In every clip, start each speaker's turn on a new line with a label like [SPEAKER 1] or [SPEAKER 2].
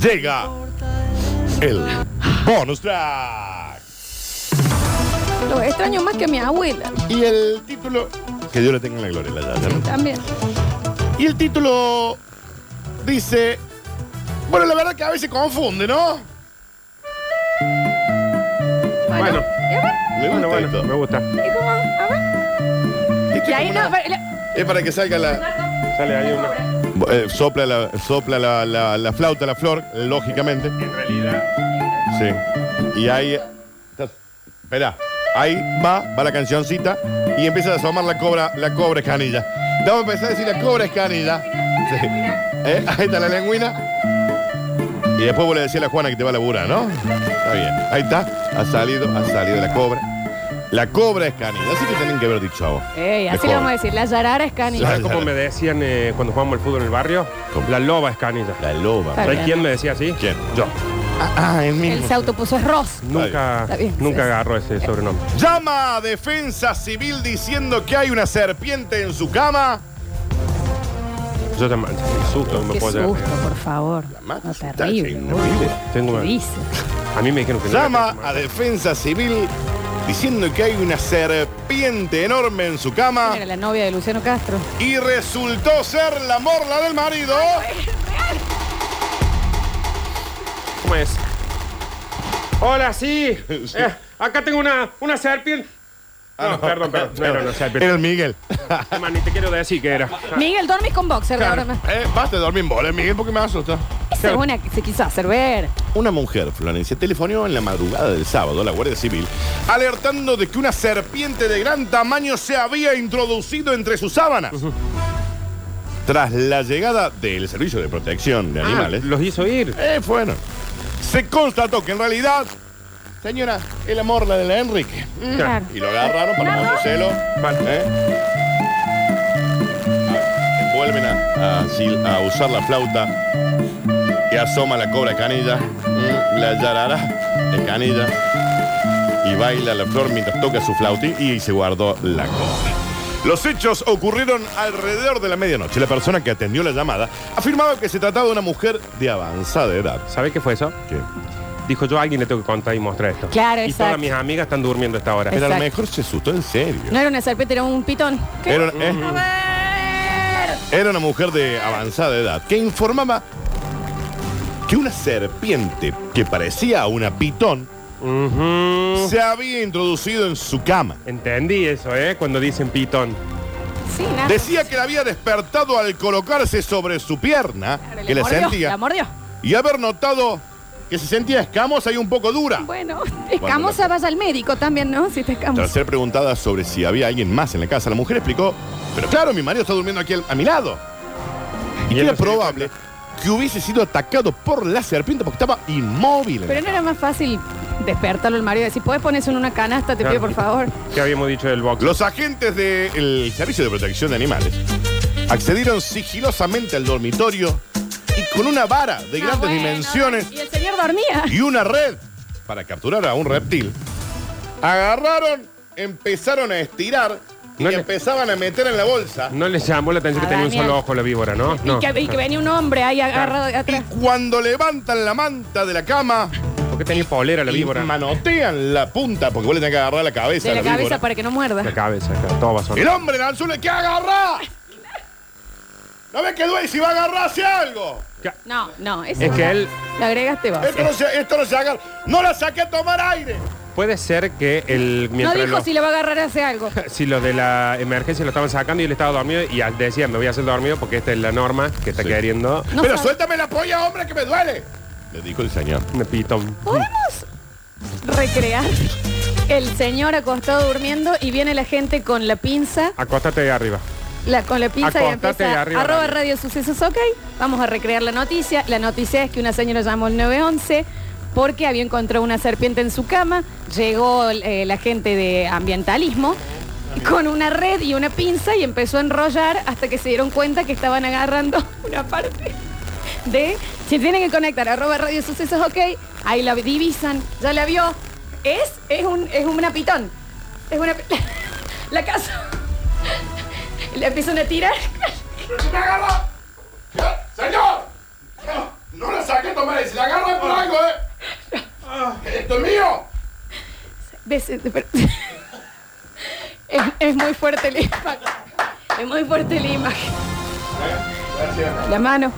[SPEAKER 1] Llega el bonus track.
[SPEAKER 2] Lo extraño más que a mi abuela.
[SPEAKER 1] Y el título. Que Dios le tenga la gloria, la Yaya, ¿no?
[SPEAKER 2] También.
[SPEAKER 1] Y el título dice. Bueno, la verdad que a veces confunde, ¿no?
[SPEAKER 2] Bueno.
[SPEAKER 3] Bueno.
[SPEAKER 2] y a ver,
[SPEAKER 1] Le gusta
[SPEAKER 3] Bueno, bueno,
[SPEAKER 1] esto.
[SPEAKER 3] me gusta.
[SPEAKER 2] ¿y cómo? A ver.
[SPEAKER 1] Esto
[SPEAKER 2] Y
[SPEAKER 1] es
[SPEAKER 2] ahí
[SPEAKER 1] como
[SPEAKER 2] no.
[SPEAKER 1] una-
[SPEAKER 2] pero la-
[SPEAKER 1] Es para que salga la.
[SPEAKER 3] Sale ahí una.
[SPEAKER 1] eh, sopla la, sopla la, la- la flauta, la flor, lógicamente.
[SPEAKER 3] En realidad.
[SPEAKER 1] Sí. Y ahí. Espera. Ahí va, va la cancioncita y empieza a asomar la cobra, la cobra escanilla. Vamos a empezar a decir la cobra escanilla. Sí. Eh, Ahí está la lengüina. Y después vos le decís a la Juana que te va a laburar, ¿no? Está bien. Ahí está. Ha salido, ha salido la cobra. La cobra escanilla. Así que tienen que haber dicho a vos.
[SPEAKER 2] Ey, así
[SPEAKER 1] Mejor.
[SPEAKER 2] le vamos a decir. La Yarara es cani.
[SPEAKER 1] Ya.
[SPEAKER 3] ¿Sabes cómo me decían eh, cuando jugábamos al fútbol en el barrio?
[SPEAKER 1] ¿Cómo?
[SPEAKER 3] La loba es canilla.
[SPEAKER 1] La loba.
[SPEAKER 2] Está
[SPEAKER 3] ¿Sabes
[SPEAKER 2] bien.
[SPEAKER 3] quién me decía así?
[SPEAKER 1] ¿Quién?
[SPEAKER 3] Yo.
[SPEAKER 1] Ah, ah, el
[SPEAKER 2] Él
[SPEAKER 1] mismo.
[SPEAKER 2] se autopuso es Ross.
[SPEAKER 3] Nunca,
[SPEAKER 2] Está bien.
[SPEAKER 3] nunca
[SPEAKER 2] Sí, sí.
[SPEAKER 3] agarro ese sobrenombre.
[SPEAKER 1] Llama a defensa civil diciendo que hay una serpiente en su cama.
[SPEAKER 3] Yo también. El susto que me
[SPEAKER 2] Qué
[SPEAKER 3] puedo llegar a
[SPEAKER 2] susto,
[SPEAKER 3] pegar.
[SPEAKER 2] por favor.
[SPEAKER 1] mata
[SPEAKER 2] No,
[SPEAKER 1] su
[SPEAKER 2] terrible.
[SPEAKER 1] tacha, inmóvil.
[SPEAKER 3] Tengo
[SPEAKER 2] ¿Qué
[SPEAKER 3] una-
[SPEAKER 2] dice?
[SPEAKER 3] A mí me dijeron que no.
[SPEAKER 1] Llama a defensa civil diciendo que hay una serpiente enorme en su cama
[SPEAKER 2] Era la novia de Luciano Castro.
[SPEAKER 1] y resultó ser la morla del marido.
[SPEAKER 3] ¿Cómo es? Hola, sí. Eh, acá tengo una, una serpiente.
[SPEAKER 1] Ah,
[SPEAKER 3] Ah, No, perdón, perdón. No era una
[SPEAKER 1] Era
[SPEAKER 3] serpiente.
[SPEAKER 1] el Miguel.
[SPEAKER 3] Hermano, ni te quiero decir que era.
[SPEAKER 2] Miguel, dormís con boxer.
[SPEAKER 3] Claro.
[SPEAKER 2] ahora más.
[SPEAKER 1] Eh, basta de dormir en bola, Miguel, porque me asusta.
[SPEAKER 2] Esa es una que se quiso hacer ver.
[SPEAKER 1] Una mujer, Florencia, telefonó en la madrugada del sábado a la Guardia Civil alertando de que una serpiente de gran tamaño se había introducido entre sus sábanas. Tras la llegada del Servicio de Protección de
[SPEAKER 3] Ah,
[SPEAKER 1] Animales,
[SPEAKER 3] los hizo ir.
[SPEAKER 1] Eh, bueno. Se constató que en realidad, señora, es la morla de la Enrique.
[SPEAKER 2] Claro.
[SPEAKER 1] Y lo agarraron para montárselo.
[SPEAKER 3] Vale.
[SPEAKER 1] ¿eh? Ah, Vuelven a, a sil- a usar la flauta y asoma la cobra canilla, mm, la yarara de canilla y baila la flor mientras toca su flautín y se guardó la cobra. Los hechos ocurrieron alrededor de la medianoche. La persona que atendió la llamada afirmaba que se trataba de una mujer de avanzada edad.
[SPEAKER 3] ¿Sabes qué fue eso?
[SPEAKER 1] Que
[SPEAKER 3] Dijo yo a alguien le tengo que contar y mostrar esto.
[SPEAKER 2] Claro,
[SPEAKER 3] Y
[SPEAKER 2] exacto.
[SPEAKER 3] todas mis amigas están durmiendo a esta hora.
[SPEAKER 2] Es-
[SPEAKER 1] Pero a lo
[SPEAKER 2] Exacto.
[SPEAKER 1] mejor se asustó en serio.
[SPEAKER 2] No era una serpiente, era un pitón. ¿Qué?
[SPEAKER 1] Era, eh, era una mujer de avanzada edad que informaba que una serpiente que parecía a una pitón
[SPEAKER 3] Ujú.
[SPEAKER 1] se había introducido en su cama.
[SPEAKER 3] Entendí eso, ¿eh? Cuando dicen pitón.
[SPEAKER 2] Sí, nada.
[SPEAKER 1] Decía que la había despertado al colocarse sobre su pierna,
[SPEAKER 2] Claro,
[SPEAKER 1] que
[SPEAKER 2] la
[SPEAKER 1] la
[SPEAKER 2] mordió,
[SPEAKER 1] sentía,
[SPEAKER 2] La mordió.
[SPEAKER 1] y haber notado que se sentía escamosa y un poco dura.
[SPEAKER 2] Bueno, escamosa, vaya al médico también, ¿no? Si te
[SPEAKER 1] Tras
[SPEAKER 2] escamosa.
[SPEAKER 1] ser preguntada sobre si había alguien más en la casa, la mujer explicó, pero claro, mi marido está durmiendo aquí al- a mi lado. Y,
[SPEAKER 3] Y él
[SPEAKER 1] era
[SPEAKER 3] no se dio
[SPEAKER 1] probable que hubiese sido atacado por la serpiente porque estaba inmóvil. en la
[SPEAKER 2] Pero no era más fácil despertarlo al marido y decir, ¿puedes ponerse en una canasta? Te
[SPEAKER 3] Claro.
[SPEAKER 2] pido, por favor.
[SPEAKER 3] ¿Qué habíamos dicho del box?
[SPEAKER 1] Los agentes del Servicio de Protección de Animales accedieron sigilosamente al dormitorio y con una vara de
[SPEAKER 2] Ah,
[SPEAKER 1] grandes
[SPEAKER 2] bueno,
[SPEAKER 1] dimensiones
[SPEAKER 2] Y el señor dormía.
[SPEAKER 1] y una red para capturar a un reptil, agarraron, empezaron a estirar y
[SPEAKER 3] No le-
[SPEAKER 1] empezaban a meter en la bolsa.
[SPEAKER 3] No les llamó la atención
[SPEAKER 2] A
[SPEAKER 3] que tenía un
[SPEAKER 2] Daniel.
[SPEAKER 3] solo ojo la víbora, ¿no?
[SPEAKER 2] Y,
[SPEAKER 3] No.
[SPEAKER 2] que, y que venía un hombre ahí agarrado de
[SPEAKER 1] Y
[SPEAKER 2] atrás.
[SPEAKER 1] cuando levantan la manta de la cama
[SPEAKER 3] ¿Por qué tenía polera la
[SPEAKER 1] y
[SPEAKER 3] víbora?
[SPEAKER 1] manotean la punta, porque vos le tenés que agarrar la cabeza
[SPEAKER 2] De
[SPEAKER 1] a
[SPEAKER 2] la
[SPEAKER 1] la víbora.
[SPEAKER 2] cabeza para que no muerda.
[SPEAKER 3] La cabeza, acá, todo va
[SPEAKER 1] El hombre lanzó le que agarrar. ¿No ves que duele si va a agarrar hacia algo?
[SPEAKER 2] No, no. eso
[SPEAKER 3] Es
[SPEAKER 2] no.
[SPEAKER 3] que él-
[SPEAKER 2] Le agregaste vos.
[SPEAKER 1] Esto no se, esto no se agarra. No la saqué a tomar aire.
[SPEAKER 3] Puede ser que el.
[SPEAKER 2] No
[SPEAKER 3] Mientras
[SPEAKER 2] dijo
[SPEAKER 3] lo-
[SPEAKER 2] si le va a agarrar hace algo.
[SPEAKER 3] si los de la emergencia lo estaban sacando y él estaba dormido y al- decía, me voy a hacer dormido porque esta es la norma que está
[SPEAKER 1] Sí.
[SPEAKER 3] queriendo.
[SPEAKER 2] No
[SPEAKER 1] Pero
[SPEAKER 2] sabe.
[SPEAKER 1] suéltame la polla, hombre, que me duele. Le dijo el señor.
[SPEAKER 3] Me pitón.
[SPEAKER 2] Oh. ¿Podemos recrear el señor acostado durmiendo y viene la gente con la pinza,
[SPEAKER 3] Acóstate de arriba.
[SPEAKER 2] la- con la pinza y
[SPEAKER 3] Acostate
[SPEAKER 2] empieza
[SPEAKER 3] arriba,
[SPEAKER 2] arroba
[SPEAKER 3] Dani.
[SPEAKER 2] radio sucesos, ok? Vamos a recrear la noticia. La noticia es que una señora llamó al 911 porque había encontrado una serpiente en su cama. Llegó eh, la gente de ambientalismo con una red y una pinza y empezó a enrollar hasta que se dieron cuenta que estaban agarrando una parte de si tienen que conectar arroba radio sucesos ok ahí la divisan ya la vio es es un es una pitón es una pi- la casa le empiezan a tirar
[SPEAKER 1] ¡Señor! No la saqué a tomar y si la agarran por algo, ¿eh? ¡Esto es mío!
[SPEAKER 2] Ves, eh, pero- es, es muy fuerte la imagen. Es muy fuerte la imagen.
[SPEAKER 1] Gracias.
[SPEAKER 2] La mano.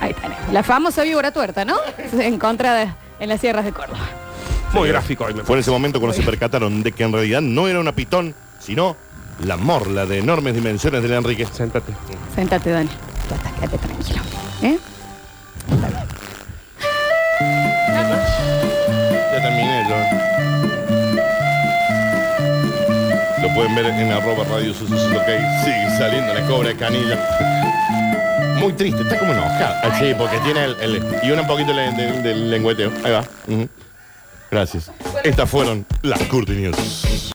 [SPEAKER 2] Ahí está. La famosa víbora tuerta, ¿no? Encontrada en las sierras de Córdoba.
[SPEAKER 3] Muy gráfico hoy, me
[SPEAKER 1] Fue en
[SPEAKER 3] parece.
[SPEAKER 1] ese momento cuando se percataron de que en realidad no era una pitón, sino la morla de enormes dimensiones de la Enrique.
[SPEAKER 3] Séntate.
[SPEAKER 2] Séntate, Dani. Tú estás, quédate tranquilo. ¿Eh?
[SPEAKER 1] Ya terminé yo. Lo pueden ver en arroba radio Sucesos, ok. Sigue saliendo la cobra de canilla. Muy triste, está como enojada. Ah, Sí, porque tiene el, el- Y una un poquito le- de- del lengüeteo. Ahí va. Ujú. Gracias. Estas fueron las Curti News.